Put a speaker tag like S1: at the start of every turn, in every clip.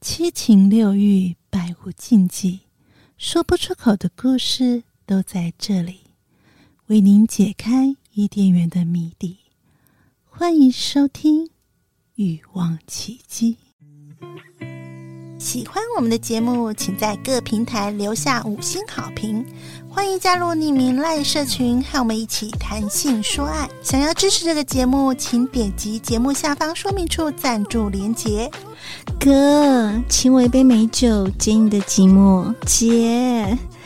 S1: 七情六欲，百无禁忌，说不出口的故事都在这里，为您解开伊甸园的谜底。欢迎收听《欲望奇迹》。喜欢我们的节目，请在各平台留下五星好评。欢迎加入匿名赖社群，和我们一起谈性说爱。想要支持这个节目，请点击节目下方说明处赞助连结。
S2: 哥，请我一杯美酒解你的寂寞。姐，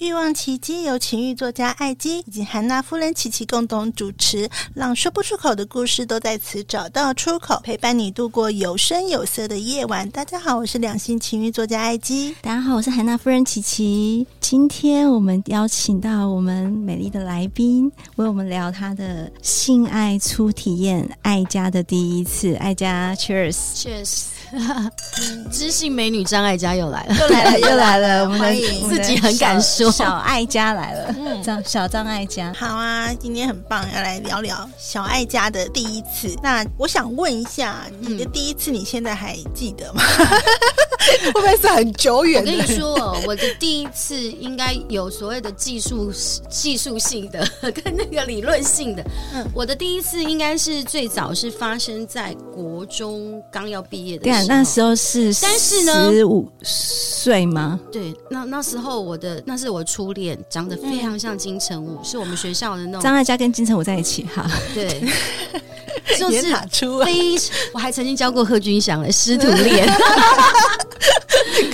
S1: 欲望奇迹由情欲作家艾姬以及韩娜夫人琪琪共同主持，让说不出口的故事都在此找到出口，陪伴你度过有声有色的夜晚。大家好，我是两性情欲作家艾姬。
S2: 大家好，我是海娜夫人琪琪。今天我们邀请到我们美丽的来宾，为我们聊她的性爱初体验，爱家的第一次，爱家 Cheers。
S3: Cheers！知嗯性美女张艾嘉又来了，
S2: 又来哎了，又来 了，我们
S1: 欢
S2: 的
S1: 迎
S2: 我们的
S3: 自己很敢
S2: 小
S3: 说
S2: 小爱家来了，
S1: 嗯
S2: 张小张爱家。
S1: 好啊，今天很棒，要来聊聊小爱家的第一次。那我想问一下，你的第一次你现在还记得吗？ 会不会是很久
S3: 我
S1: 远
S3: 跟你说哦，我的第一次应该有所谓的技术技术性的跟那个理论性的。
S1: 嗯
S3: 我的第一次应该是最早是发生在国中刚要毕业的
S2: 对
S3: 时
S2: 啊
S3: 候，，
S2: 那时候是
S3: 但是呢
S2: 十五岁吗？
S3: 对那那时候我的那是我初恋，长得非常像金城武，是我们学校的那种
S2: 张爱嘉跟金城武在一起哈，
S3: 对，就
S1: 也
S3: 是
S1: 打出啊，
S3: 非常，我还曾经教过贺军翔的师徒恋。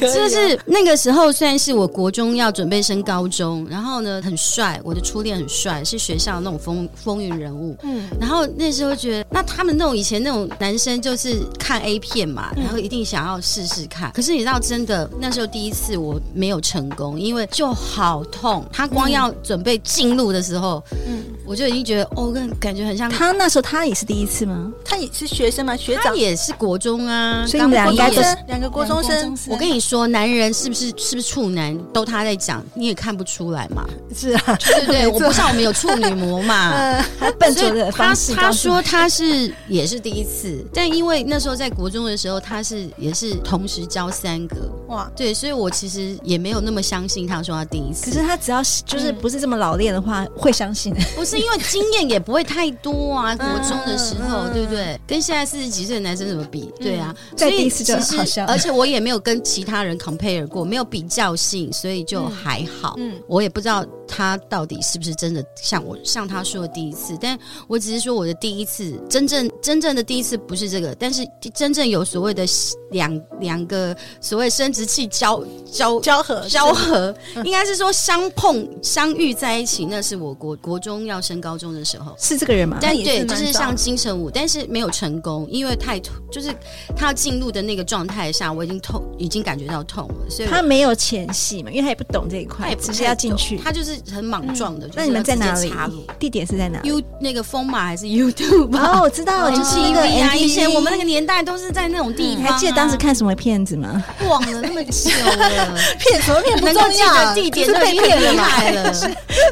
S3: 就是那个时候，虽然是我国中要准备升高中，然后呢很帅，我的初恋很帅，是学校那种风风云人物。
S1: 嗯，
S3: 然后那时候觉得，那他们那种以前那种男生就是看 A 片嘛，然后一定想要试试看。可是你知道，真的那时候第一次我没有成功，因为就好痛。他光要准备进入的时候，
S1: 嗯
S3: 嗯，我就已经觉得哦，跟感觉很像。
S2: 他那时候他也是第一次吗？
S1: 他也是学生嘛，学
S3: 他
S1: 长，
S3: 也是国中啊，
S2: 所以你们俩
S3: 刚
S2: 应该
S3: 毕业
S2: 都是
S1: 两个国中生，
S3: 我跟你说，男人是不是是不是处男，都他在讲，你也看不出来嘛，
S1: 是啊，
S3: 对不对？我不像我们有处女膜 嘛。
S1: 嗯
S2: 他笨
S3: 所
S2: 拙
S3: 以
S2: 的
S3: 他
S2: 方式
S3: 他
S2: 告诉
S3: 说他是也是第一次，但因为那时候在国中的时候，他是也是同时教三个，
S1: 哇，
S3: 对，所以我其实也没有那么相信他说他第一
S2: 可
S3: 次，
S2: 是他只要是就是
S3: 嗯
S2: 不是这么老练的话，会相信。
S3: 不是因为经验也不会太多啊，国中的时候，
S1: 嗯
S3: 对不对？跟现在四十几岁的男生怎么比？对啊，
S2: 嗯在
S3: 所以
S2: 第一次就
S3: 其实
S2: 好笑
S3: 而且我也没有跟其他人 compare 过，没有比较性，所以就还好。
S1: 嗯
S3: 我也不知道他到底是不是真的像我像他说的第一次，但我只是说我的第一次，真正真正的第一次不是这个，但是真正有所谓的两两个所谓生殖器交交
S1: 交合
S3: 交合， 应该是说相碰、相遇在一起，那是我国国中要升高中的时候。
S2: 是这个人吗？
S3: 但
S1: 也是
S3: 对，就
S1: 蛮
S3: 是
S1: 早
S3: 像金城武，但是没有成功，因为太痛，就是他要进入的那个状态下，我已经痛，已经感觉到痛了，所以
S2: 他没有前戏嘛，因为他也不懂这一
S3: 他
S2: 块，
S3: 也不
S2: 只是
S3: 太
S2: 要进
S3: 懂
S2: 去。
S3: 他就是很莽撞的。就是
S2: 那你们在哪
S3: 要直
S2: 里
S3: 接插入？
S2: 地点是在哪里？
S3: ？U 那个风马还是 YouTube 啊吧？
S2: 哦，我知道，就是那个
S3: MTV 啊，
S2: MTV
S3: 以前我们那个年代都是在那种地
S2: 你
S3: 方啊。
S2: 嗯还记得当时看什么片子 吗？
S3: 忘了那么久了，
S1: 骗什么骗不
S3: 能
S1: 重
S3: 够记
S1: 要，
S3: 得地点
S1: 是
S3: 都已
S1: 被
S3: 经
S1: 骗
S3: 很
S1: 了
S3: 厉
S1: 嘛。
S3: 害了。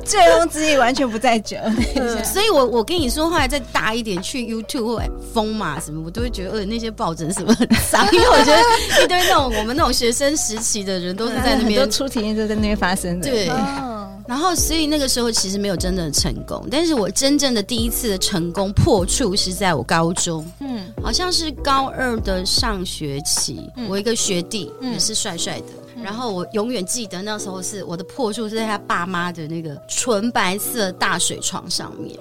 S2: 醉翁之意完全不在酒。
S3: 所以我我跟你说，后来再大一点去 YouTube 或疯马什么，我都会觉得，呃，那些抱枕什么很脏， 因为我觉得一堆那种我们那种学生时期的人都是在
S2: 很
S3: 那
S2: 多
S3: 边。
S2: 初体验都在那边发生的。
S3: 对
S1: 哦
S3: 然后，所以那个时候其实没有真的成功，但是我真正的第一次的成功破处是在我高中，
S1: 嗯
S3: 好像是高二的上学期，
S1: 嗯
S3: 我一个学弟、
S1: 嗯
S3: 也是帅帅的。
S4: 嗯
S3: 然后我永远记得那时候 是我的破处是在他爸妈的那个纯白色大水床上面，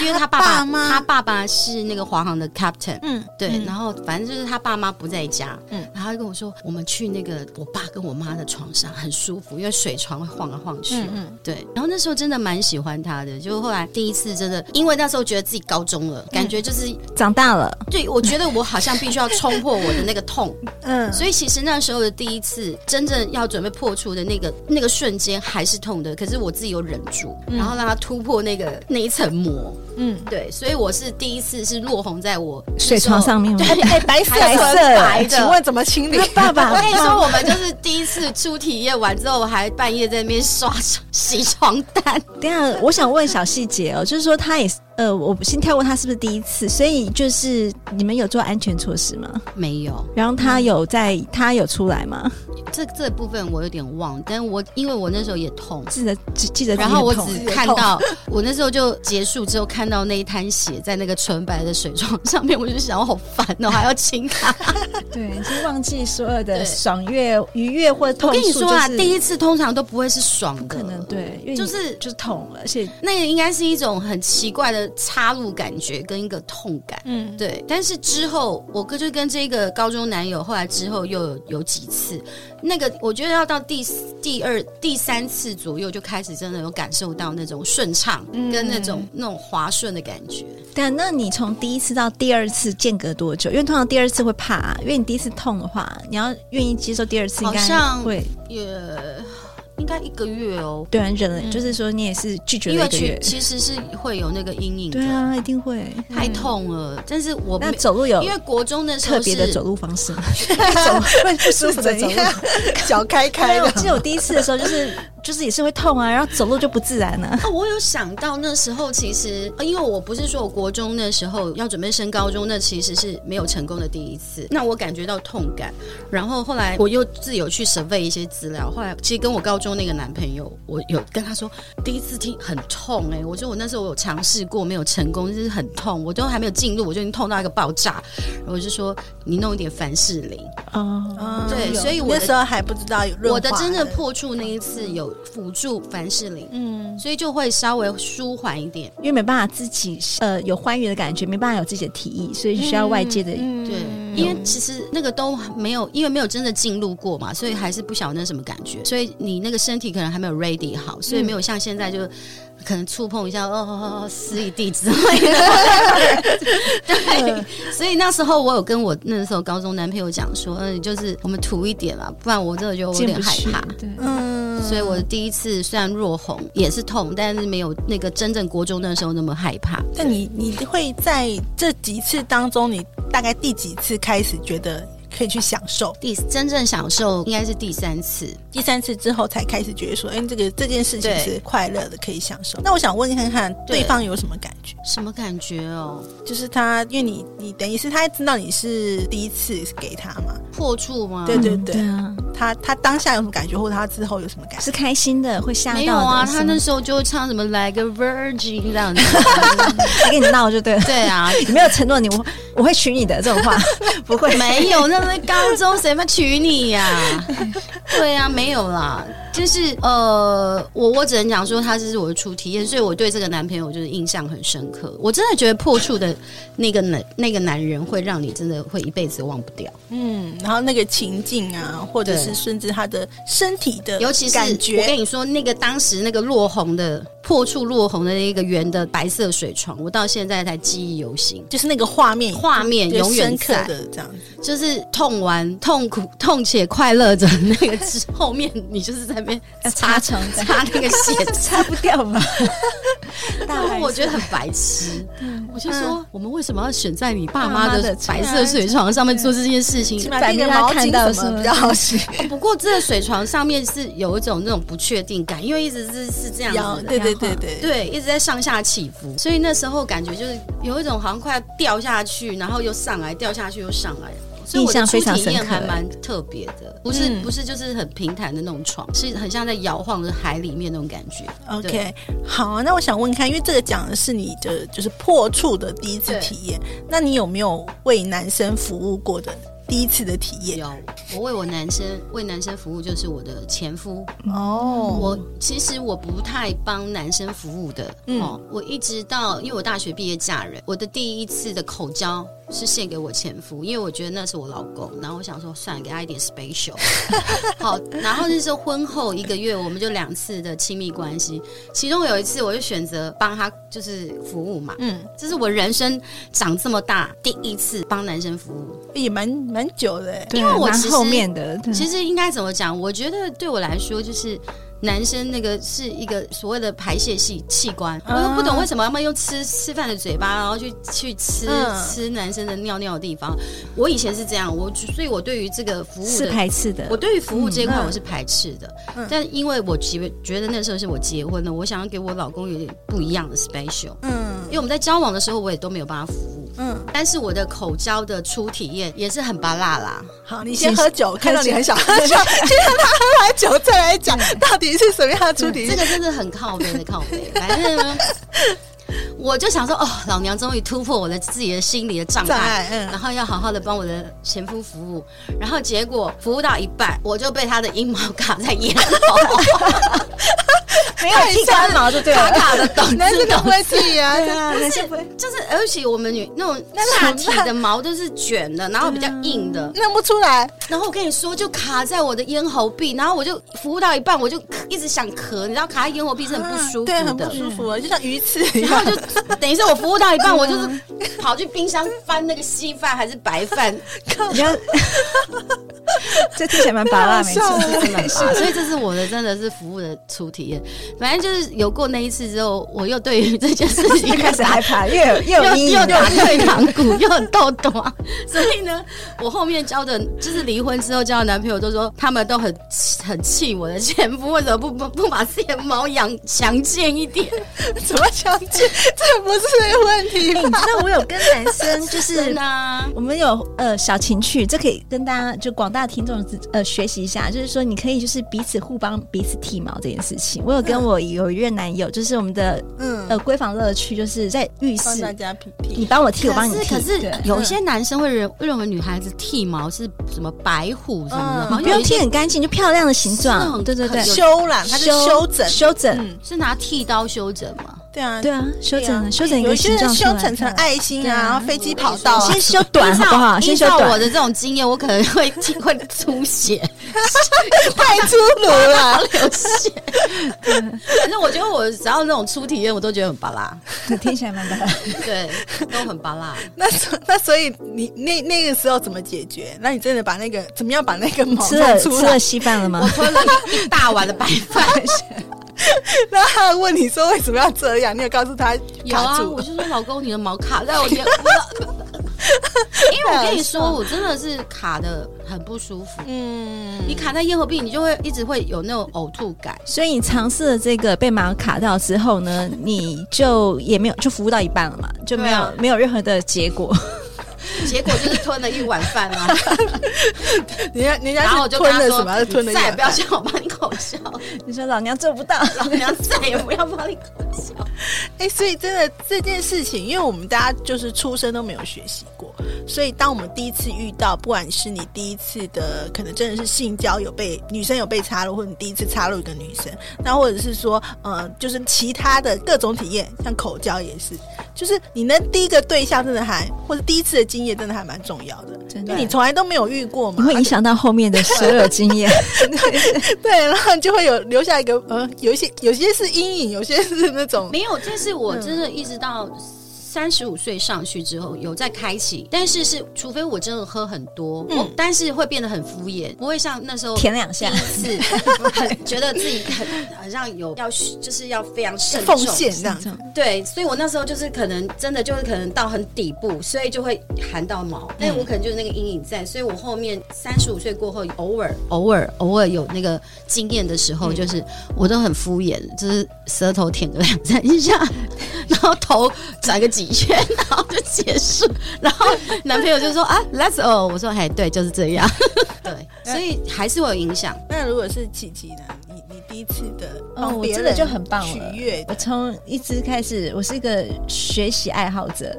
S3: 因为他爸
S4: 他爸
S3: 爸
S4: 妈
S3: 他爸爸是那个华航的 captain，
S4: 嗯，
S3: 对，
S4: 嗯
S3: 然后反正就是他爸妈不在家，
S4: 嗯
S3: 嗯，然后他就跟我说，我们去那个我爸跟我妈的床上很舒服，因为水床会晃来晃去，
S4: 嗯嗯
S3: 对。然后那时候真的蛮喜欢他的，就后来第一次真的，因为那时候觉得自己高中
S4: 嗯
S3: 了，感觉就是、
S1: 长大了，
S3: 对我觉得我好像必须要冲破我的那个痛，
S4: 嗯，
S3: 所以其实那时候的第一次真正要准备破处的那个那个瞬间还是痛的，可是我自己有忍住，然后让他突破那个那一层膜，
S4: 嗯，
S3: 对，所以我是第一次是落红在我
S1: 水床上面吗
S3: 对，
S4: 哎，白 色
S3: 白
S4: 的
S3: 色的
S4: 白的，请问怎么清理？
S1: 爸爸
S3: 我 跟你说，我们就是第一次初体验完之后，我还半夜在那边刷床洗床单。
S1: 等一下，我想问小细节哦，就是说他也是呃，我先跳过他是不是第一次，所以就是你们有做安全措施吗？
S3: 没有，
S1: 然后他有在，他有出来吗？
S3: 这这部分我有点忘，但我因为我那时候也痛。
S1: 记得记记得自己
S3: 然后我
S1: 很痛
S3: 只看 到，我那时候就结束之后看到那一滩血在那个纯白的水床上面，我就想我好烦哦，还 要亲它。
S1: 对，已经忘记所有的
S3: 对
S1: 爽悦、愉悦或痛
S3: 我
S1: 楚，
S3: 跟你说啊，
S1: 就是
S3: 第一次通常都不会是爽的，
S1: 可能对，因为
S3: 就
S1: 你
S3: 是
S1: 就是痛了，而且
S3: 那个应该是一种很奇怪的插入感觉跟一个痛感。
S4: 嗯，
S3: 对，但是之后我哥就跟这个高中男友，后来之后又有有几次，那个我觉得要到第四第二、第三次左右就开始真的有感受到那种顺畅
S4: 嗯
S3: 跟那种、那种滑顺的感觉。
S1: 但那你从第一次到第二次间隔多久？因为通常第二次会怕、因为你第一次痛的话，你要愿意接受第二次，应
S3: 好
S1: 该
S3: 像
S1: 会
S3: 也应该一个月哦，
S1: 对啊，忍了，
S4: 嗯
S1: 就是说你也是拒绝
S3: 因
S1: 了
S3: 为
S1: 一个
S3: 其
S1: 月，
S3: 其实是会有那个阴影的，
S1: 对啊，一定会。
S3: 太痛了。但是我
S1: 那
S3: 没。
S1: 走路有
S3: 因为国中的时候
S1: 特别的
S3: 是
S1: 走路方 式吗？
S4: 走会不舒服的 走路，脚开开
S1: 对，我
S4: 的，
S1: 记得我第一次的时候，就是就是也是会痛啊，然后走路就不自然了、
S3: 啊，我有想到那时候，其实呃因为我不是说我国中那时候要准备升高中，那其实是没有成功的第一次。那我感觉到痛感，然后后来我又自由去 survey 一些资料，后来其实跟我高中那个男朋友，我有跟他说第一次听很痛哎、我说我那时候我有尝试过没有成功，就是很痛，我都还没有进入，我就已经痛到一个爆炸，然后我就说你弄一点凡士林，
S1: 哦，
S4: 嗯
S3: 对所以我
S4: 那
S3: 的
S4: 时候还不知道有润滑
S3: 我的真正破处那一次有辅助凡士林。
S4: 嗯
S3: 所以就会稍微舒缓一点，
S1: 因为没办法自己呃有欢愉的感觉，没办法有自己的提议，所以需要外界的。
S4: 嗯
S3: 对，因为其实那个都没有，因为没有真的进入过嘛，所以还是不晓得那什么感觉，所以你那个身体可能还没有 ready 好，所以没有
S1: 嗯
S3: 像现在就。可能触碰一下，哦哦哦，撕一地之类 的。对，
S1: 嗯
S3: 所以那时候我有跟我那时候高中男朋友讲说，嗯、就是我们土一点啦，不然我真的觉得我有
S1: 进
S3: 点
S1: 不
S3: 害
S1: 去
S3: 怕。，
S1: 对，
S4: 嗯
S3: 所以我第一次虽然若红也是痛，但是没有那个真正国中那时候那么害怕。
S4: 那你你会在这几次当中，你大概第几次开始觉得可以去享受？
S3: 第真正享受应该是第三次，
S4: 第三次之后才开始觉得说，哎、这个这件事情
S3: 对
S4: 是快乐的，可以享受。那我想问看看
S3: 对
S4: 对方有什么感觉？
S3: 什么感觉哦？
S4: 就是他，因为你你等于是他知道你是第一次给他嘛，
S3: 破处吗？
S4: 对对
S1: 嗯
S4: 对
S1: 对啊，
S4: 他他当下有什么感觉，或者他之后有什么感觉？
S1: 是开心的，会吓到的。
S3: 没有啊，
S1: 是吗
S3: 他那时候就唱什么来个 virgin 这 样子。
S1: 还跟你闹就对了。
S3: 对啊，
S1: 你没有承诺你我我会娶你的这种 话，不会。
S3: 没有，那那高中谁会娶你呀、 对啊，没有啦，就是呃，我我只能讲说他这是我的初体验，所以我对这个男朋友就是印象很深刻。我真的觉得破处的那个男那个男人会让你真的会一辈子忘不掉，
S4: 嗯，然后那个情境啊，或者是
S3: 对
S4: 甚至他的身体的，
S3: 尤其是
S4: 感
S3: 我
S4: 觉
S3: 跟，你说那个当时那个落红的破处落红的那个圆的白色水床，我到现在才记忆犹新。
S4: 就是那个画面，
S3: 画面
S4: 就
S3: 永远
S4: 深刻
S3: 在
S4: 的这样子。
S3: 就是痛完痛苦痛且快乐着那个之后面，你就是在那边
S1: 插成
S3: 擦那个血。
S1: 擦不掉 嘛。大
S3: 然后
S1: 白嗯
S3: 我觉得很白痴，我就说我们为什么要选在你爸
S1: 爸
S3: 妈
S1: 妈
S3: 的
S1: 的啊床
S3: 白色水床上面做这件事情
S4: 起？码
S1: 反
S4: 那
S1: 正
S4: 个
S1: 他
S4: 毛
S1: 看
S4: 巾
S1: 到
S4: 什
S1: 是
S4: 么
S1: 吗
S4: 比较好洗，
S3: 不过这个水床上面是有一种那种不确定感，因为一直是是这样
S4: 摇，
S3: 子的，
S4: 对对对对，
S3: 对，一直在上下起伏，所以那时候感觉就是有一种好像快要掉下去，然后又上来，掉下去又上来。所以我的
S1: 印象非
S3: 初
S1: 常
S3: 体
S1: 深刻欸
S3: 验还蛮特别的，不是、
S4: 嗯
S3: 不是就是很平坦的那种床，是很像在摇晃的海里面那种感觉。
S4: OK，
S3: 对
S4: 好，那我想问看，因为这个讲的是你的就是破处的第一次
S3: 对
S4: 体验，那你有没有为男生服务过的第一次的体验？
S3: 有，我为我男生为男生服务就是我的前夫，
S4: 哦，
S3: 我其实我不太帮男生服务的，
S4: 嗯
S3: 哦，我一直到因为我大学毕业嫁人，我的第一次的口交是献给我前夫，因为我觉得那是我老公，然后我想说算了，给他一点 special，好，然后那时候婚后一个月，我们就两次的亲密关系，其中有一次我就选择帮他就是服务嘛，
S4: 嗯，
S3: 这是我人生长这么大第一次帮男生服务，
S4: 也蛮蛮久的欸，
S1: 对
S3: 因为我
S1: 蛮
S3: 其实
S1: 后面的，对
S3: 其实应该怎么讲？我觉得对我来说，就是男生那个是一个所谓的排泄系器官，
S4: 嗯
S3: 我都不懂为什么他们用吃吃饭的嘴巴，然后去去吃、
S4: 嗯
S3: 吃男生的尿尿的地方。我以前是这样，我就所以我对于这个服务
S1: 是
S3: 的。
S1: 排斥的
S3: 我，对于服务这一块
S4: 嗯
S3: 我是排斥的，
S4: 嗯
S3: 但因为我觉觉得那时候是我结婚了，我想要给我老公有点不一样的 special，
S4: 嗯
S3: 因为我们在交往的时候我也都没有帮他服务，
S4: 嗯，
S3: 但是我的口交的初体验也是很巴辣啦，
S4: 好，你先喝酒，看到你很想喝酒，先让他喝完酒再来讲到底是什么样的出题
S3: 嗯这。个真的很靠背的靠背，反正呢我就想说，哦，老娘终于突破我的自己的心理的障
S4: 障
S3: 碍。
S4: 碍，嗯
S3: 然，后要好好的帮我的前夫服务，然后结果服务到一半，我就被他的阴毛卡在眼头，
S4: 没有
S1: 剃干毛就对
S3: 卡
S1: 了。
S3: 卡的懂
S4: 男生
S3: 懂
S4: 都不会剃啊，
S1: 对啊，男生不会
S3: 是就是，而且我们女那种
S4: 那
S3: 下
S4: 怎么
S3: 体
S4: 办
S3: 的毛都是卷的，然后比较硬的，
S4: 弄不出来，
S3: 然后我跟你说就卡在我的咽喉壁，然后我就服务到一半，我就一直想咳，你知道卡在咽喉壁是很不舒服
S4: 啊嗯对，很
S3: 的嗯
S4: 不，舒服啊，就像鱼刺一
S3: 然
S4: 样
S3: 后。就等于是我服务到一
S1: 嗯
S3: 半，我就是跑去冰箱翻那个稀饭还是白饭，
S1: 比 较，这听起来蛮拔辣，没
S4: 太好笑
S1: 错。
S3: 真的很麻啊所以这是我的真的是服务的初体验。反正就是有过那一次之后，我又对于这件事情
S1: 开始害怕，又有又
S3: 又
S1: 有
S3: 又
S1: 阴影
S3: 又
S1: 啊了，
S3: 退堂鼓，又很豆豆啊！ 所以呢，我后面交的，就是离婚之后交的男朋友，都说他们都很很气我的前夫，为什么不不不把自己的毛养强健一点？
S4: 怎么相见？这不是问题
S1: 哎，你
S4: 吧？
S1: 知道我有跟男生就是
S3: 真的啊
S1: 我们有呃小情趣，这可以跟大家就广大听众呃学习一下，就是说你可以就是彼此互帮彼此剃毛这件事情。我有
S3: 嗯
S1: 跟我有一任男友，就是我们的
S4: 嗯，
S1: 呃闺房乐趣，就是在浴
S4: 帮大
S1: 室，
S4: 家评
S1: 你
S4: 评。
S1: 帮我剃，我帮你
S3: 可是
S1: 剃，
S3: 可是
S1: 对
S3: 有一些男生会认认为女孩子剃毛是什么白虎什么的，
S4: 嗯
S3: 好
S1: 不
S3: 像有
S1: 用
S3: 一些
S1: 剃很干净，就漂亮的形
S3: 是
S1: 状，
S3: 很
S1: 对对对，
S3: 很
S4: 修啦，它是修整，
S1: 修整，
S4: 嗯，
S3: 是拿剃刀修整嘛。
S4: 对啊，
S1: 对啊，修
S4: 对啊
S1: 整修整一
S4: 有
S1: 个
S4: 些
S1: 形
S4: 人
S1: 状
S4: 修
S1: 出来
S4: 整成爱心
S1: 对
S4: 啊，
S1: 啊
S4: 然后飞机跑道啊，
S1: 先修短好不 好？
S3: 依
S1: 先修
S3: 照我
S1: 短，
S3: 的这种经验，我可能会剃会出血、
S4: 太粗 鲁了。
S3: 流血。
S1: 嗯
S3: 反正我觉得我只要那种初体验，我都觉得很巴拉，
S1: 听起来蛮大。
S3: 对， 都很巴拉。
S4: 那所那所以你那那个时候怎么解决？那你真的把那个怎么样把那个毛
S1: 吃了
S4: 弄
S1: 吃
S4: 出
S1: 了
S4: 来？
S1: 稀饭了
S3: 我
S1: 吗？
S3: 吞了一大碗的白饭，
S4: 然后他还问你说为什么要这样？你有告诉他
S3: 有
S4: 卡
S3: 啊，
S4: 住
S3: 我？就说老公，你的毛卡在我 眼，我因为我跟你说，我真的是卡的很不舒服。
S4: 嗯，
S3: 你卡在咽喉壁，你就会一直会有那种呕吐感。
S1: 所以你尝试了这个被马卡到之后呢，你就也没有就服务到一半了嘛，就没有、
S3: 对啊
S1: 没有任何的结果。
S3: 结果就是吞了一碗饭 啊，
S4: 人家人
S3: 然后
S4: 家
S3: 我就
S4: 是
S3: 跟他
S4: 吞了
S3: 说
S4: 什么？他是：“吞了
S3: 再也
S4: 什
S3: 不要叫我帮你口笑，
S1: 你说老娘做不到，
S3: 老娘再也不要帮你口笑。
S4: 哎、所以真的这件事情，因为我们大家就是出生都没有学习过，所以当我们第一次遇到，不管是你第一次的可能真的是性交有被女生有被插入，或者你第一次插入一个女生，那或者是说呃，就是其他的各种体验，像口交也是，就是你那第一个对象真的还，或者第一次的经验真的还蛮重要的，
S1: 真
S4: 因
S1: 的
S4: 为你从来都没有遇过
S1: 你
S4: 嘛
S1: 会，影响到后面的所有经验。
S4: 对，然后你就会有留下一个呃，有一些有些是阴影，有些是那种
S3: 没有，这是我真的一直到三十五岁上去之后有在开启，但是是除非我真的喝很多，
S4: 嗯
S3: 我但是会变得很敷衍，不会像那时候
S1: 舔两
S3: 第
S1: 下
S3: 一， 次很觉得自己很好像有要就是要非常慎重
S4: 奉献这样子。
S3: 对，所以我那时候就是可能真的就是可能到很底部，所以就会含到毛，
S4: 嗯
S3: 但我可能就是那个阴影在，所以我后面三十五岁过后，偶尔偶
S4: 嗯
S3: 尔偶尔有那个经验的时候，就是我都很敷衍，就是舌头舔个两三下， 然后头转个几圈，然后就结束，然后男朋友就说啊，Let's all，我说哎，对，就是这 样，对，所以还是会有影响。
S4: 那如果是琪琪呢？你你第一次的帮
S2: 哦我
S4: 别
S2: 这个
S4: 人
S2: 就很棒
S4: 取
S2: 了。
S4: 悦
S2: 我从一直开始，我是一个学习爱好 者，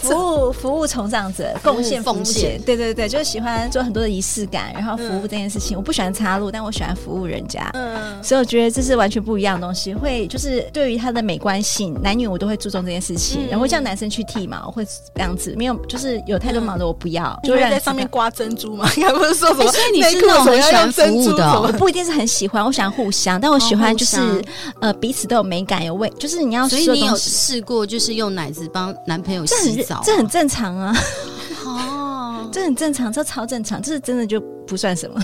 S2: 服务服务崇尚者，
S4: 嗯
S2: 贡献
S3: 奉
S2: 服务
S3: 献
S2: 者对对对，就是喜欢做很多的仪式感，然后服务这件事情，我不喜欢插入，但我喜欢服务人家。
S4: 嗯，
S2: 所以我觉得这是完全不一样的东西，会就是对于他的美观性，男女我都会注重这件事情，
S4: 嗯
S2: 然后会叫男生去剃毛，会这样子，没有就是有太多毛的我不要，
S4: 你
S2: 就
S4: 会
S2: 让
S4: 在上面刮珍珠吗？ 应该不是说 什么
S3: 哎所以你是
S4: 内裤
S3: 那种
S4: 什
S3: 很
S4: 么
S3: 喜
S4: 要
S3: 欢
S4: 用珍
S3: 服务
S4: 珠
S3: 的哦
S4: 什么
S2: 我不一定是很喜欢，我喜欢互相，但我喜欢就是、
S3: 哦互相
S2: 呃彼此都有美感，有味，就是你要
S3: 所以
S2: 所
S3: 你有
S2: 东西
S3: 试过就是用奶子帮男朋友
S2: 这很
S3: 洗澡吗？
S2: 这很正常啊，
S3: 哦。
S2: 这很正常，这超正常，这是真的就不算什 么。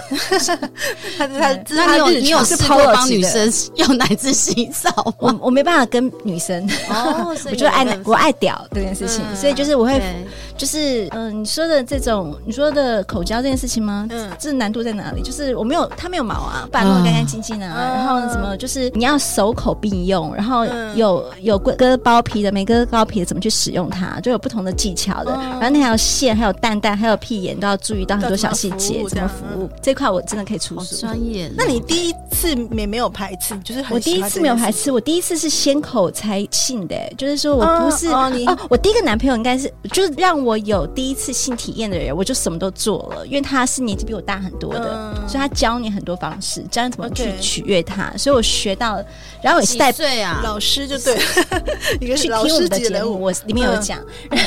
S4: 他他这
S3: 那你有
S2: 日常
S3: 你有
S2: 是
S3: 试过
S2: polo
S3: 帮
S2: 级
S3: 女
S2: 的
S3: 生用奶子洗澡
S2: 我
S3: 吗？
S2: 我没办法跟女生，
S3: 哦，
S2: 我就爱我爱屌这件事情，所以就是我会
S3: 嗯对
S2: 就是嗯、呃你说的这种你说的口交这件事情吗？
S4: 嗯
S2: 嗯，这难度在哪里？就是我没有，它没有毛啊，把它弄得干干净净啊，
S4: 啊
S2: 然后什么就是你要手口并用，然后
S4: 嗯
S2: 有有割割包皮的，没割包皮的怎么去使用它，就有不同的技巧的。
S4: 嗯
S2: 然后你还有线，还有蛋蛋，还有屁眼，啊都要注意到很多小细节，
S4: 要怎
S2: 怎
S4: 么
S2: 么
S4: 服
S2: 服
S4: 务
S2: 务这块我真的可以出
S3: 好
S2: 书。
S3: 专业了。
S4: 那你第一次没没有排斥，你就是很
S2: 我第
S4: 喜
S2: 一
S4: 欢
S2: 次没有
S4: 这件
S2: 排
S4: 事
S2: 斥，我第一次是先口才性的、欸就是说我不是
S4: 哦哦你
S2: 哦我第一个男朋友应该是就是让我有第一次性体验的人，我就什么都做了，因为他是年纪比我大很多的，
S4: 嗯
S2: 所以他教你很多方式，教你怎么去
S4: OK
S2: 取悦他，所以我学到，然后也是
S3: 几
S2: 带
S3: 岁啊？
S4: 老师就对了， 一个
S2: 去
S4: 是
S2: 听
S4: 老
S2: 我
S4: 师
S2: 们的
S4: 级
S2: 节
S4: 人
S2: 目，
S4: 物，嗯
S2: 我里面有讲，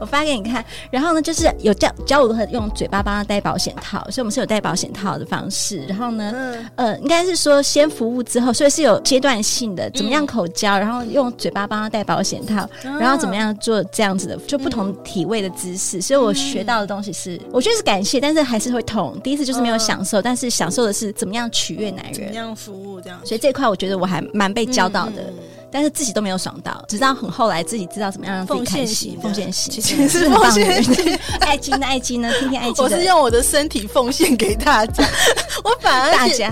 S2: 我发给你看。然后呢，就是有教教我如何用嘴巴帮他戴保险套，所以我们是有戴保险套的方式。然后呢，
S4: 嗯，
S2: 呃，应该是说先服务之后，所以是有阶段性的，怎么
S4: 嗯
S2: 样口交，然后用嘴巴帮他戴保险套，然后怎么样做这样子的，就不同体位的姿势。所以我学到的东西是，
S4: 嗯
S2: 我觉得是感谢，但是还是会痛。第一次就是没有享受，但是享受的是怎么样取悦男
S4: 啊怎么
S2: 人。
S4: 样服务这样？
S2: 所以这块我觉得我还蛮被教到的，
S4: 嗯
S2: 但是自己都没有爽到，直到很后来自己知道怎么样让自己
S4: 奉
S2: 开
S4: 献
S2: 心
S4: 型，
S2: 奉献型，
S4: 哦其实是
S2: 很
S4: 奉
S2: 棒的
S4: 献
S2: 人
S4: 型。
S2: 爱基呢，爱基呢，听听爱基
S4: 我
S2: 的
S4: 是用我的身体奉献给大家， 我反而
S2: 大
S4: 是
S2: 家。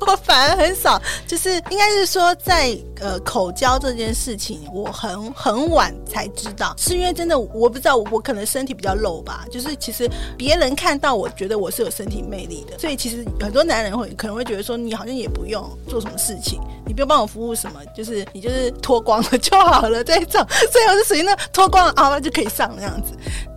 S4: 我反而很少，就是应该是说在呃口交这件事情，我很很晚才知道，是因为真的我不知道，我可能身体比较露吧，就是其实别人看到我觉得我是有身体魅力的，所以其实很多男人会可能会觉得说你好像也不用做什么事情，你不用帮我服务什么，就是你就是脱光了就好了这一种，所以我是属于那脱光了啊就可以上那样子，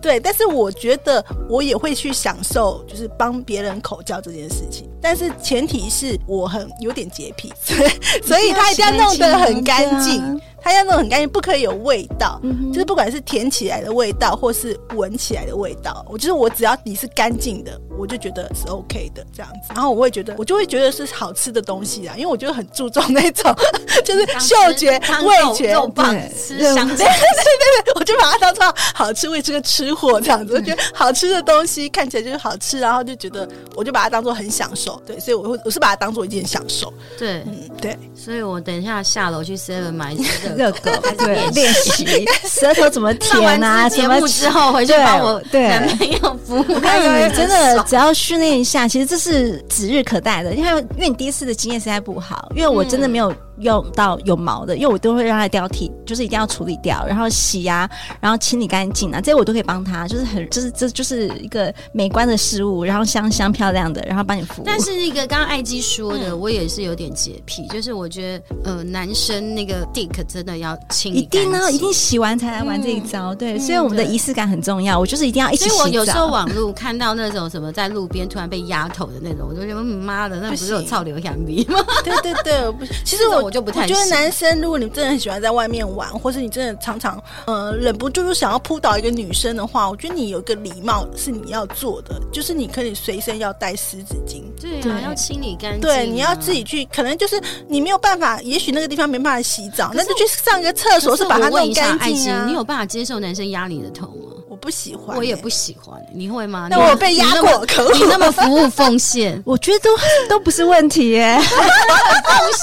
S4: 对，但是我觉得我也会去享受，就是帮别人口交这件事情，但是前提是我很有点洁癖， 所以所以他一定要弄得很干净，他要弄得很干净，不可以有味道，
S3: 嗯
S4: 就是不管是舔起来的味道，或是闻起来的味道，我就是我只要你是干净的，我就觉得是 OK 的这样子。然后我会觉得，我就会觉得是好吃的东西啊，因为我就很注重那种 就是嗅觉、
S3: 当
S4: 味觉、
S3: 肉肉棒
S2: 对
S3: 吃
S4: 对
S3: 香
S4: 对
S3: 肠，
S4: 对对，我就把它当成好吃，为这个吃货这样子。我觉得好吃的东西看起来就是好吃，然后就觉得我就把它当做很享受。对，所以我会我是把它当做一件享受。
S3: 对，
S4: 嗯，对，
S3: 所以我等一下下楼去 Seven 买一只热
S2: 热
S3: 狗
S2: 狗
S3: 开始
S2: 对
S3: 练习
S2: 练习 舌头怎么
S3: 上
S2: 舔啊，
S3: 完这
S2: 怎
S3: 节
S2: 么
S3: 目之后回去
S2: 对
S3: 帮我
S2: 对
S3: 男朋友服务，
S2: 但
S3: 会
S2: 你
S3: 很
S2: 真的
S3: 爽
S2: 只要训练一下，其实这是指日可待的。因为因为你第一次的经验实在不好，因为我真的没
S3: 嗯
S2: 有用到有毛的，因为我都会让它掉体，就是一定要处理掉，然后洗啊，然后清理干净啊，这些我都可以帮他，就是很就是这就是一个美观的事物，然后香香漂亮的，然后帮你服务。
S3: 但是那个刚刚艾姬说的，我也是有点洁癖，就是我觉得呃，男生那个 dick 真的要清理
S2: 一定
S3: 干
S2: 呢，
S3: 净
S2: 一定洗完才来玩这一招，对，所以我们的
S3: 嗯对
S2: 仪式感很重要。我就是一定要一起
S3: 所以
S2: 洗澡。
S3: 我有时候网络看到那种什么在路边突然被压头的那种，我就觉得嗯妈的，那不是有操流响力 吗？
S4: 对对对，我不，其实
S3: 这
S4: 我
S3: 种我就不太
S4: 我觉得
S3: 行
S4: 男生，如果你真的很喜欢在外面玩，或是你真的常常呃忍不住就想要扑倒一个女生的话，我觉得你有一个礼貌是你要做的，就是你可以随身要带湿纸巾。
S3: 对啊，
S2: 对，
S3: 要清理干净啊。
S4: 对，你要自己去，可能就是你没有办法，也许那个地方没办法洗澡，那
S3: 是
S4: 就去上个厕所，
S3: 可
S4: 是
S3: 是
S4: 把它
S3: 我问
S4: 弄
S3: 一下
S4: 干
S3: 艾
S4: 净
S3: 姬，
S4: 啊。
S3: 你有办法接受男生压你的头吗？
S4: 我不喜欢欸、
S3: 我也不喜欢，你会吗？
S4: 那
S3: 你
S4: 我有被压过，可恶！
S3: 你那么服务奉献
S2: 我 觉得都都不是问题耶、
S3: 奉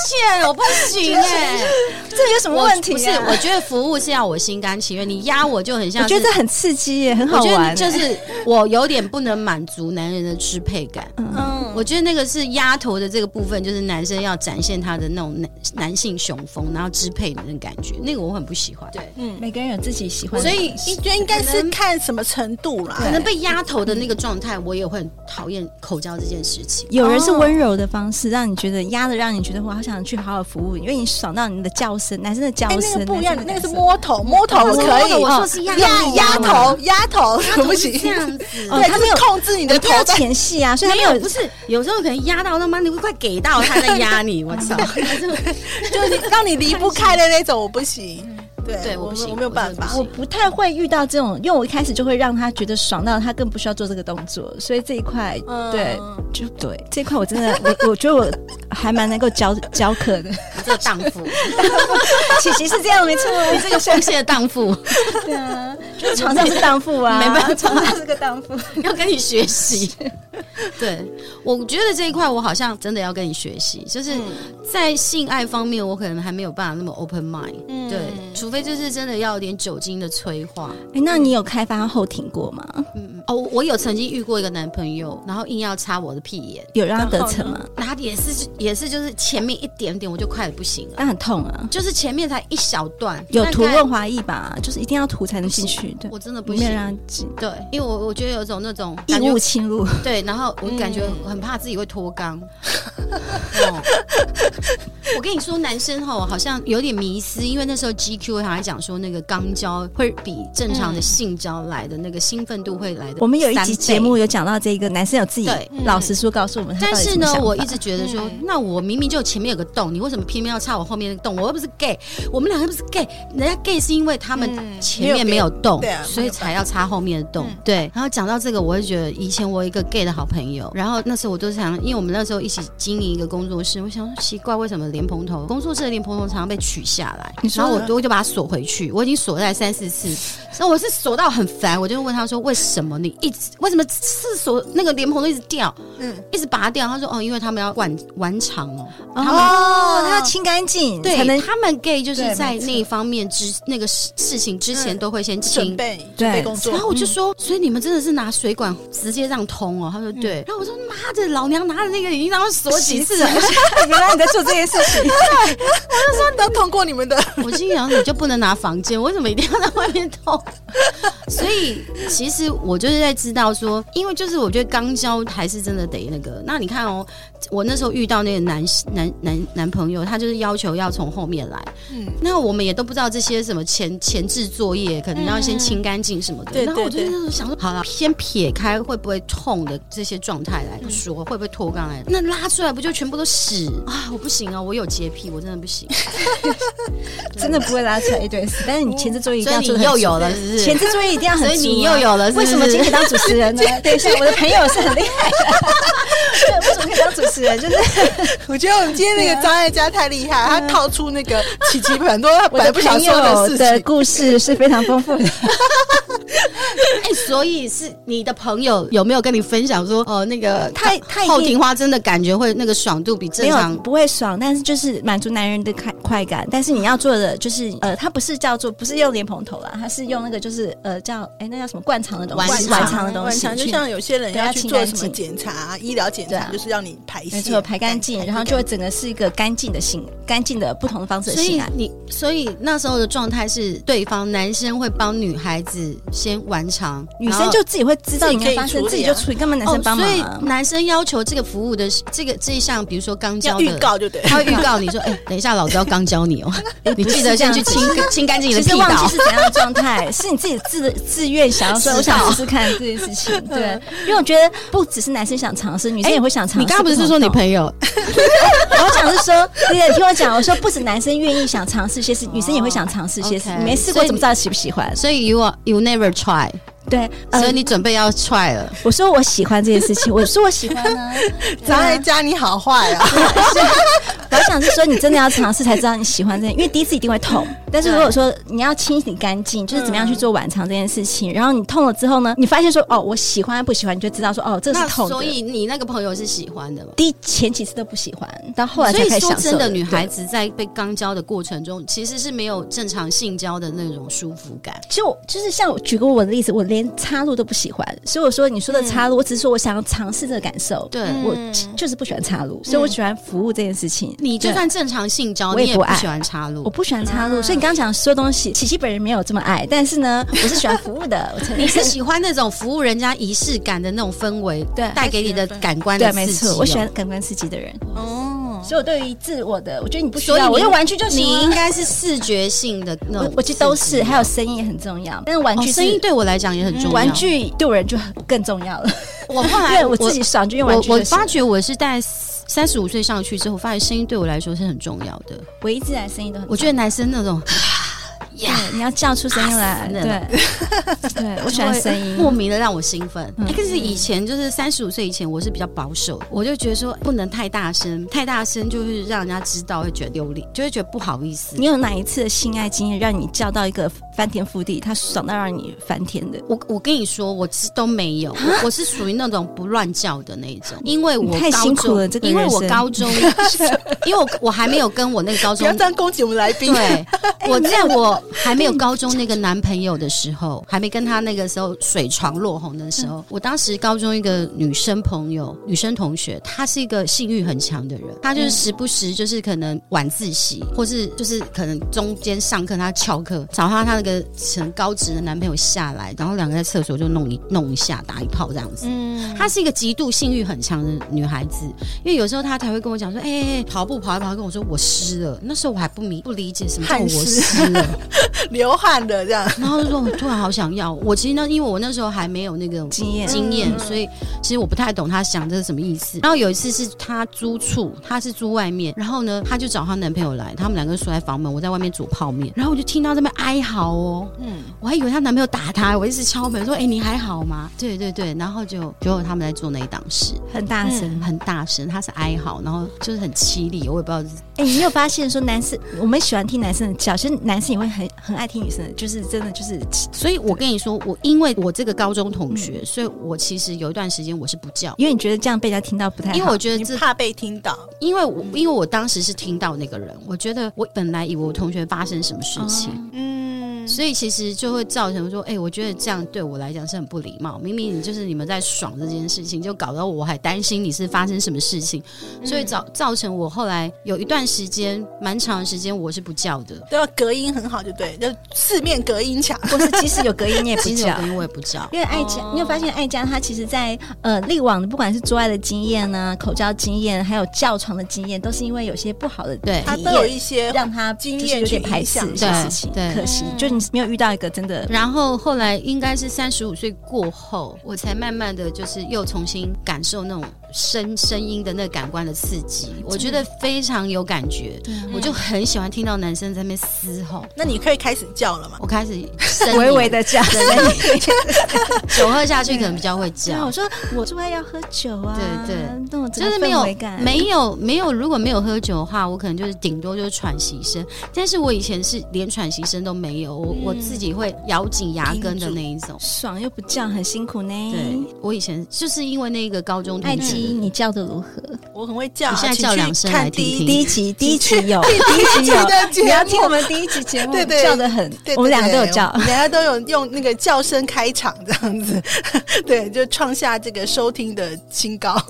S3: 献我不行哎、
S2: 这这有什么
S3: 我
S2: 问题、啊？
S3: 不是，我觉得服务是要我心甘情愿，你压我就很像
S2: 我
S3: 是。
S2: 觉得这很刺激耶，很好
S3: 我觉得
S2: 玩。
S3: 就是我有点不能满足男人的支配感。
S4: 嗯，
S3: 我觉得那个是压头的这个部分，就是男生要展现他的那种男男性雄风，然后支配你的那种感觉，那个我很不喜欢。对，
S2: 嗯，每个人有自己喜欢的
S4: 所
S2: 方式，
S4: 以你觉得应该
S3: 可
S4: 是
S3: 能
S4: 看什么程度
S3: 可
S4: 啦。
S3: 能被压头的那个状态，我也会很讨厌口交这件事情。
S2: 有人是温柔的方式，让你觉得压的，让你觉得我好想去好好服务你，因为你爽到你的叫声，男生的叫
S4: 哎，
S2: 声，
S4: 那个不一样，
S2: 男生的
S4: 那个是
S2: 叫声
S4: 摸头，摸头我可以，
S3: 我说是压嗯
S4: 压压头，压头，
S3: 压
S4: 对
S3: 头
S4: 不
S3: 是
S4: 起，
S3: 这
S4: 对，
S3: 样子。嗯
S2: 哦他
S4: 就
S2: 没
S4: 是
S2: 有
S4: 控制你
S2: 我
S4: 的
S2: 一
S4: 头
S2: 定要
S4: 在。
S2: 前戏啊，所以他
S3: 没
S2: 没
S3: 有，
S2: 有
S3: 不是，有时候可能压到他妈，你快给到他在压你，我操！
S4: 就是你让你离不开的那种，我不行。对，
S3: 嗯对我
S4: 我
S3: 不
S4: 没
S3: 行
S4: 我没有
S3: 我
S4: 办
S3: 真的
S4: 法
S3: 不。
S2: 我
S3: 行
S2: 不太会遇到这种，因为我一开始就会让他觉得爽到他更不需要做这个动作，所以这一块，
S4: 嗯
S2: 对，就对这一块我真的， 我我觉得我还蛮能够教教课的，
S3: 你这个荡妇，
S2: 其实是这样，没错，
S3: 你这个奉献的荡妇，
S2: 对啊，就是床上是荡妇啊，
S3: 没办 法
S2: 床上是个荡妇，
S3: 要跟你学习。对，我觉得这一块我好像真的要跟你学习，就是在性爱方面，我可能还没有办法那么 open mind。
S4: 嗯
S3: 对，除非就是真的要有点酒精的催化。
S2: 哎，那你有开发后庭过吗？
S3: 嗯哦，我有曾经遇过一个男朋友，然后硬要插我的屁眼，
S2: 有让他得逞吗？
S3: 然后也是也是就是前面一点点我就快不行了，
S2: 那很痛啊，
S3: 就是前面才一小段，
S2: 有
S3: 大
S2: 涂
S3: 概
S2: 润滑液吧，就是一定要涂才能进去，对，
S3: 我真的不
S2: 里面
S3: 行。
S2: 让它进。
S3: 对，因为我我觉得有一种那种
S2: 异
S3: 感觉
S2: 物侵入，
S3: 对，然后
S2: 嗯
S3: 我感觉很怕自己会脱 肛。哦我跟你说，男生吼好像有点迷思，因为那时候 GQ 还讲说那个肛交会比正常的性交来的那个兴奋度会来的。
S2: 嗯我们有一集节目有讲到这个男生有自己
S3: 对
S2: 老实说告诉我们他到
S3: 但
S2: 底
S3: 是
S2: 什么
S3: 呢
S2: 想，法，
S3: 我一直觉得说，
S4: 嗯
S3: 那我明明就前面有个洞，你为什么偏偏要插我后面那个洞？我又不是 gay，我们两个又不是 gay，人家 gay 是因为他们
S4: 嗯
S3: 前面没有洞，
S4: 没有别的对啊
S3: 所以才要插后面的洞。
S4: 嗯
S3: 对，然后讲到这个，我会觉得以前我有一个 gay 的好朋友，然后那时候我就想，因为我们那时候一起经营一个工作室，我想说奇怪，为什么莲蓬头工作室的莲蓬头常常被取下来
S2: 你，说
S3: 然后我就我就把它锁回去，我已经锁在三四次，然后我是锁到很烦，我就问他说，为什么你一直为什么是锁那个莲蓬头一直掉？
S4: 嗯，
S3: 一直拔掉。他说哦，因为他们要晚晚场哦，
S2: 哦，他要清干净
S3: 对，
S2: 才能
S3: 他们 gay 就是
S4: 对
S3: 在
S4: 没错
S3: 那一方面之那个事事情之前
S4: 嗯
S3: 都会先
S4: 准
S3: 清。
S4: 备准
S2: 对
S4: 备工作
S3: 然，后我就
S2: 嗯
S3: 说，所以你们真的是拿水管直接这样通哦？他说
S2: 嗯
S3: 对。然后我说妈的，老娘拿的那个已经让他锁几次啊了。
S2: 原来你在做这件事情，
S4: 都通过你们的，
S3: 我心想，你就不能拿房间，为什么一定要在外面 通？所以其实我就是在知道说，因为就是我觉得肛交还是真的得那个。那你看哦，我那时候遇到那个男男男男朋友，他就是要求要从后面来，
S4: 嗯
S3: 那我们也都不知道这些什么前前置作业，可能要先清干净什么的。
S4: 对
S3: 然后我就
S4: 对对
S3: 那时候想说，好了，先撇开会不会痛的这些状态来说，会不会脱肛来，那拉出来不就全部都屎嗯啊？我不行啊，我有洁癖，我真的不行。
S2: 真的不会拉出来一堆屎，但是你前置作业一定
S3: 哦所以
S2: 要做
S3: 你
S2: 的
S3: 又有了，是不是？
S2: 前置作业一定要很足
S3: 所
S2: 啊，
S3: 以你又有了是不
S2: 为
S3: 是
S2: 什么今天当主 持人呢？啊等一下，我的朋友是很厉害的，对，为什么可以当主持人？就是
S4: 我觉得我们今天那个张艾嘉太厉害，他套出那个琪琪很多 他
S2: 我
S4: 本来
S2: 的
S4: 不想
S2: 朋
S4: 说的
S2: 友
S4: 事
S2: 的
S4: 情。
S2: 故事是非常 丰富的。
S3: 哎、所以是你的朋友有没有跟你分享说，哦，那个
S2: 他他一定
S3: 后庭花真的感觉会那个爽度比正
S2: 没
S3: 常
S2: 有不会爽，但是就是满足男人的快快感。但是你要做的就是，呃，它不是叫做不是用莲蓬头啦，它是用那个就是呃叫哎那叫什么灌肠的东
S3: 晚
S2: 西，
S3: 肠
S2: 灌肠的东
S4: 晚
S2: 西
S4: 肠就
S2: 去，
S4: 像有些人
S2: 对要
S4: 要去
S2: 清
S4: 做
S2: 干
S4: 什么
S2: 净
S4: 检查、医疗检
S2: 对
S4: 查，
S2: 啊
S4: 就是让你排泄，
S2: 没错，排干净，然后就会整个是一个干净的性，干净的不同的方式的
S3: 所以
S2: 性爱。
S3: 你，所以那时候的状态是，对方男生会帮女孩子先完场，
S2: 女
S3: 然
S2: 生
S3: 后
S2: 就自己会知道你
S4: 自己可
S2: 的
S4: 以
S2: 发生，
S4: 处理啊
S2: 自己就处理，干嘛男生帮忙
S3: 哦。所
S2: 啊
S3: 以？男生要求这个服务的这个这一项，比如说肛交
S4: 要
S3: 的
S4: 预，告就对。
S3: 他会预告你说， 哎、等一下，老子要肛交你哦， 你记得先去清清干净你的
S2: 其
S3: 屁
S2: 实忘记
S3: 道
S2: 是。怎样的状态， 是你自己自自愿想要说，
S3: 知道
S2: 我想试试看这件事 情。对，因为我觉得不只是男生想尝试，女生也会想尝试。
S3: 哎你刚刚不是说
S2: 同
S3: 你
S2: 动
S3: 朋 友？
S2: 我讲是说，对，你听我讲，我说不止男生愿意想尝试些事，女生也会想尝试些事。
S3: 哦 OK
S2: 你没试过怎么知道喜不喜欢？
S3: 所以 you are, you never try，
S2: 对，呃
S3: 所以你准备要踹了，
S2: 我说我喜欢这件事情，我说我喜欢啊呢、
S4: 早来家你好坏啊！
S2: 我想是说，你真的要尝试才知道你喜欢这件，因为第一次一定会痛。但是如果说你要清洗干净，就是怎么样去做晚肠这件事情，然后你痛了之后呢，你发现说哦，我喜欢不喜欢，你就知道说哦，这是
S3: 那
S2: 痛的。
S3: 所以你那个朋友是喜欢的吗？
S2: 第一前几次都不喜欢，到后来
S3: 所
S2: 才
S3: 以
S2: 开始
S3: 说
S2: 享受的。
S3: 真的，女孩子在被刚交的过程中，其实是没有正常性交的那种舒服感。
S2: 就就是像我举个我的例子，我连插入都不喜欢，所以我说你说的插入，我只是说我想要尝试这个感受。
S3: 对，嗯
S2: 我就是不喜欢插入，所以我喜欢服务这件事情。
S3: 你就
S2: 对
S3: 算正常性交，
S2: 我也
S3: 你也
S2: 不
S3: 不
S2: 爱
S3: 喜欢插入
S2: 我。不喜欢插入，所以你刚刚讲说东西，琪琪本人没有这么爱，但是 呢，我是喜欢服务的，我承
S3: 你
S2: 认。
S3: 是喜欢那种服务人家仪式感的那种氛围，
S2: 对
S3: 带给你的感官的
S2: 对，
S3: 刺
S2: 没
S3: 激哦、
S2: 错，我喜欢感官刺激的人，
S4: 哦，
S2: 所以我对于自我的，我觉得你不需
S3: 所以
S2: 要，
S3: 你
S2: 啊我用玩具就行
S3: 你
S2: 了。
S3: 应该是视觉性的那
S2: 我
S3: 种，
S2: 我觉得都是，。还有声音也很重要，但是玩
S3: 哦，
S2: 具是
S3: 声音对我来讲也很重要。
S2: 玩，具对我人就更重要 了。
S3: 我后来
S2: 对我自己爽就用玩
S3: 我
S2: 具
S3: 我
S2: 就行
S3: 发。觉我是在三十五岁上去之后，发现声音对我来说是很重要的。
S2: 我一直以来声音都很重要，
S3: 我觉得男生那种
S2: 对你要叫出声音来，
S3: 死人
S2: 对， 对啊我喜欢声音，嗯
S3: 莫名的让我兴奋。欸可是以前就是三十五岁以前，我是比较保守，我就觉得说不能太大声，太大声就是让人家知道会觉得丢脸，就会觉得不好意思
S2: 你。有哪一次的性爱经验让你叫到一个翻天覆地，他爽到让你翻天的？
S3: 我我跟你说，我是都没有，我我是属于那种不乱叫的那一种，因为我
S2: 你太
S3: 高
S2: 辛苦
S3: 中
S2: 了这个
S3: 因为
S2: 人
S3: 我
S2: 生
S3: 高 中，因为我我还没有跟我那个高
S4: 不
S3: 中
S4: 要这样攻击我们来宾。 哎
S3: 对，我在我还没有高中那个男朋友的时候，还没跟他那个时候水床落红的时
S4: 嗯
S3: 候，我当时高中一个女生朋友、女生同学，她是一个性欲很强的人，她
S4: 嗯
S3: 就是时不时就是可能晚自习，或是就是可能中间上课她翘课，找她她那个很高职的男朋友下来，然后两个在厕所就弄一弄一下，打一炮这样子。
S4: 嗯，
S3: 她是一个极度性欲很强的女孩子，因为有时候她才会跟我讲说：“哎、哎哎跑步跑一跑，跟我说我湿了。”那时候我还不明不理解什么叫我
S4: 汗湿
S3: 湿了，
S4: 流汗的这样，
S3: 然后就说我突然好想要。我其实呢，因为我那时候还没有那个
S2: 经验
S3: 经验，所以其实我不太懂她想这是什么意思。然后有一次是她租处，她是租外面，然后呢，她就找她男朋友来，他们两个就锁在房门，我在外面煮泡面，然后我就听到这边哀嚎哦，
S4: 嗯，
S3: 我还以为她男朋友打她，我一直敲门说：“哎、你还好吗？”对对对，然后就结果他们在做那一档事。
S2: 很大声。
S3: 很大声，他是哀嚎，然后就是很凄厉，我也不知道。
S2: 哎、你有发现说男生我们喜欢听男生的叫，其实男生也会很很爱听女生的，就是真的就是
S3: 所以我跟你说，我因为我这个高中同学，所以我其实有一段时间我是不叫，
S2: 因为你觉得这样被人家听到不太好，
S3: 因为我觉得
S4: 你
S3: 这，
S4: 怕被听到，
S3: 因为我因为我当时是听到那个人，我觉得我本来以为我同学发生什么事情。
S4: 嗯，
S3: 所以其实就会造成说，哎、我觉得这样对我来讲是很不礼貌。明明你就是你们在爽这件事情，就搞到我还担心你是发生什么事情，所以造造成我后来有一段时间蛮长的时间我是不叫的。
S4: 都要隔音很好，就对，就四面隔音墙。
S2: 或是即使有隔音 你也不
S3: 其实
S2: 叫
S3: 我。跟我也不叫，
S2: 因为爱家，
S4: 哦
S2: 你有发现爱家他其实在，呃力往的，不管是做爱的经验呢、口交经验，啊还有叫床的经验，都是因为有些不好的
S3: 对
S4: 他
S2: 体
S4: 都有
S2: 验，
S4: 一些
S2: 让他
S4: 经
S2: 就是
S4: 验
S2: 有点
S4: 去
S2: 排
S4: 影
S2: 斥
S4: 响
S2: 这
S3: 对
S2: 件事情，
S3: 对
S2: 可惜就你没有遇到一个真的
S3: 然后后来应该是三十五岁过后，我才慢慢的就是又重新感受那种声声音的那个感官的刺激，我觉得非常有感觉，
S2: 啊
S3: 我就很喜欢听到男生在那边嘶吼，
S4: 那你可以开始叫了嘛？
S3: 我开始呻吟
S2: 微微的叫。
S3: 酒喝下去可能比较 会
S2: 对啊，
S3: 叫
S2: 我。说我做爱要喝酒啊，
S3: 对对，
S2: 那种整
S3: 就
S2: 个
S3: 是没有
S2: 氛围感
S3: 没有没有，如果没有喝酒的话，我可能就是顶多就是喘息声。但是我以前是连喘息声都没有，我、我自己会咬紧牙根的那一种。
S2: 爽又不叫，很辛苦呢。
S3: 对，哎我以前就是因为那个高中
S2: 爱
S3: 同学，
S2: 姬，你叫的如何？
S4: 我很会叫啊，
S3: 你现在
S4: 请
S3: 叫
S4: 去
S3: 两声
S4: 看
S3: 来听
S4: 第
S3: 听
S4: 一集
S2: 第一集，第一集有，第一集
S4: 的节
S2: 有，
S4: 目
S2: 你要听我们第一集节目，
S4: 对对
S2: 叫的很
S4: 对，
S2: 我们两个都有
S4: 叫，
S2: 叫
S4: 我。们两个都有用那个叫声开场这样子， 对，就创下这个收听的新高。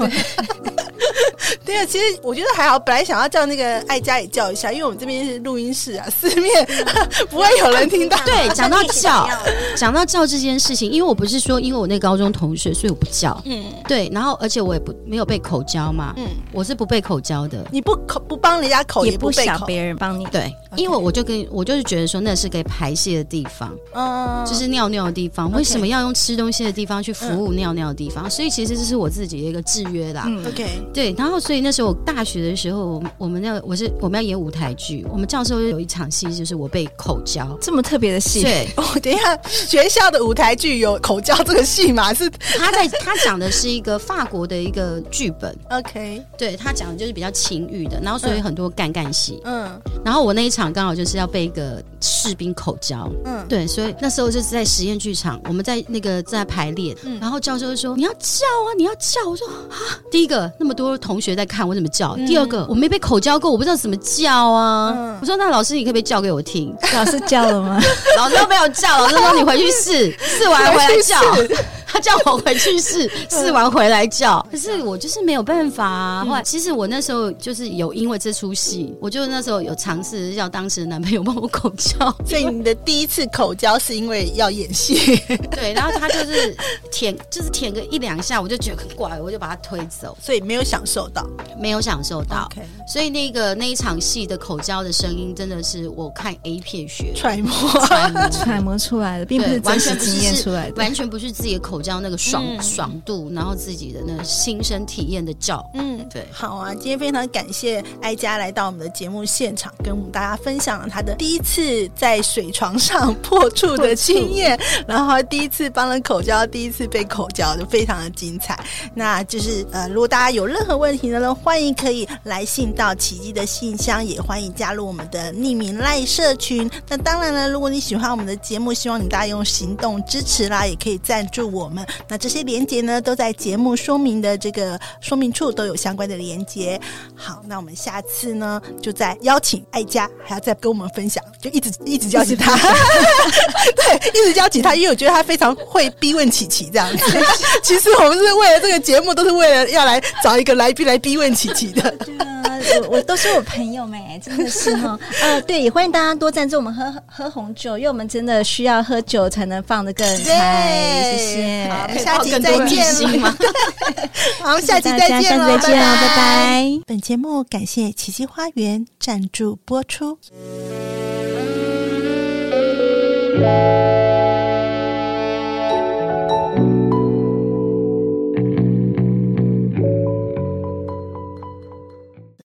S4: 对啊，其实我觉得还好，本来想要叫那个艾佳也叫一下，因为我们这边是录音室啊，四面
S2: 嗯
S4: 不会有人听到。
S2: 啊
S3: 对，讲到叫，讲到叫这件事情，因为我不是说因为我那个高中同学，所以我不叫。
S4: 嗯
S3: 对，然后而且我也不没有被口交嘛，
S4: 嗯，
S3: 我是不被口交的。
S4: 你不口不帮人家口，
S2: 啊也
S4: 不
S2: 不
S4: 被
S2: 想
S4: 口，
S2: 别人帮你，
S3: 对，因为我就跟我就是觉得说那是个排泄的地方，
S4: 嗯，
S3: 就是尿尿的地方，为什么要用吃东西的地方去服务尿尿的地方？所以其实这是我自己的一个制约啦。
S2: 嗯
S4: OK。
S3: 对，然然后所以那时候我大学的时候，我们我们那个我是我们要演舞台剧，我们教授有一场戏就是我被口交，
S2: 这么特别的戏，
S3: 对，
S4: 哦，等一下，学校的舞台剧有口交这个戏吗？ 是
S3: 他在他讲的是一个法国的一个剧本，
S4: OK，
S3: 对他讲的就是比较情欲的，然后所以很多干干戏，
S4: 嗯
S3: 然后我那一场刚好就是要被一个士兵口交。
S4: 嗯，
S3: 对，所以那时候就是在实验剧场，我们在那个在排练，
S4: 嗯
S3: 然后教授就说你要叫啊，你要叫。我说啊，第一个那么多同学在看，我怎么叫？
S4: 嗯
S3: 第二个我没被口交过，我不知道怎么叫啊。
S4: 嗯
S3: 我说那老师你可不可以叫给我听？
S2: 老师叫了吗？
S3: 老师都没有叫，老师说你回去试，试完回来叫。他叫我回去试，试完回来叫。可是我就是没有办法啊。后来其实我那时候就是有因为这出戏，我就那时候有尝试叫当时的男朋友帮我口交，
S4: 所以你的第一次口交是因为要演戏，
S3: 对，然后他就是舔，就是舔个一两下，我就觉得很怪，我就把他推走，
S4: 所以没有享受到。
S3: 没有享受到。
S4: OK，
S3: 所以那个那一场戏的口交的声音，真的是我看 A 片 学
S4: 揣摩。
S3: 传的
S2: 揣摩出来的，并不
S3: 对
S2: 是真
S3: 完
S2: 实
S3: 全不是
S2: 经验出来的。
S3: 完全不是自己的口交那个爽、
S4: 嗯
S3: 爽度，然后自己的那个亲身体验的叫。
S4: 嗯，
S3: 对
S4: 好啊！今天非常感谢哀家来到我们的节目现场，跟我们大家分享了她的第一次在水床上破处的经验，然后第一次帮人口交，第一次被口交，就非常的精彩。那就是呃，如果大家有任何问题呢，欢迎可以来信到奇迹的信箱，也欢迎加入我们的匿名赖社群。那当然了，如果你喜欢我们的节目，希望你大家用行动支持啦，也可以赞助我们。那这些连接呢，都在节目说明的这个说明处都有相关的连接。好，那我们下次呢，就再邀请爱家，还要再跟我们分享，就一直一直邀请他，对，一直邀请他，因为我觉得他非常会逼问琪琪这样子。其实我们是为了这个节目，都是为了要来找一个来宾来逼问琪琪 的。
S2: 啊我我都是我朋友们、真的是哈。呃，对，也欢迎大家多赞助我们喝喝红酒，因为我们真的需要喝酒才能放得更开。谢谢，
S4: 好，我们
S3: 可以
S4: 下
S3: 报
S4: 集
S3: 更多
S4: 再
S3: 明
S4: 见
S3: 星
S4: 了
S3: 吗。
S4: 好，我们下集
S2: 大
S4: 再
S2: 家
S4: 见哦
S2: 下
S4: 了，
S2: 次再见哦啊，拜拜。
S4: 本节目感谢奇迹花园赞助播出。
S5: 「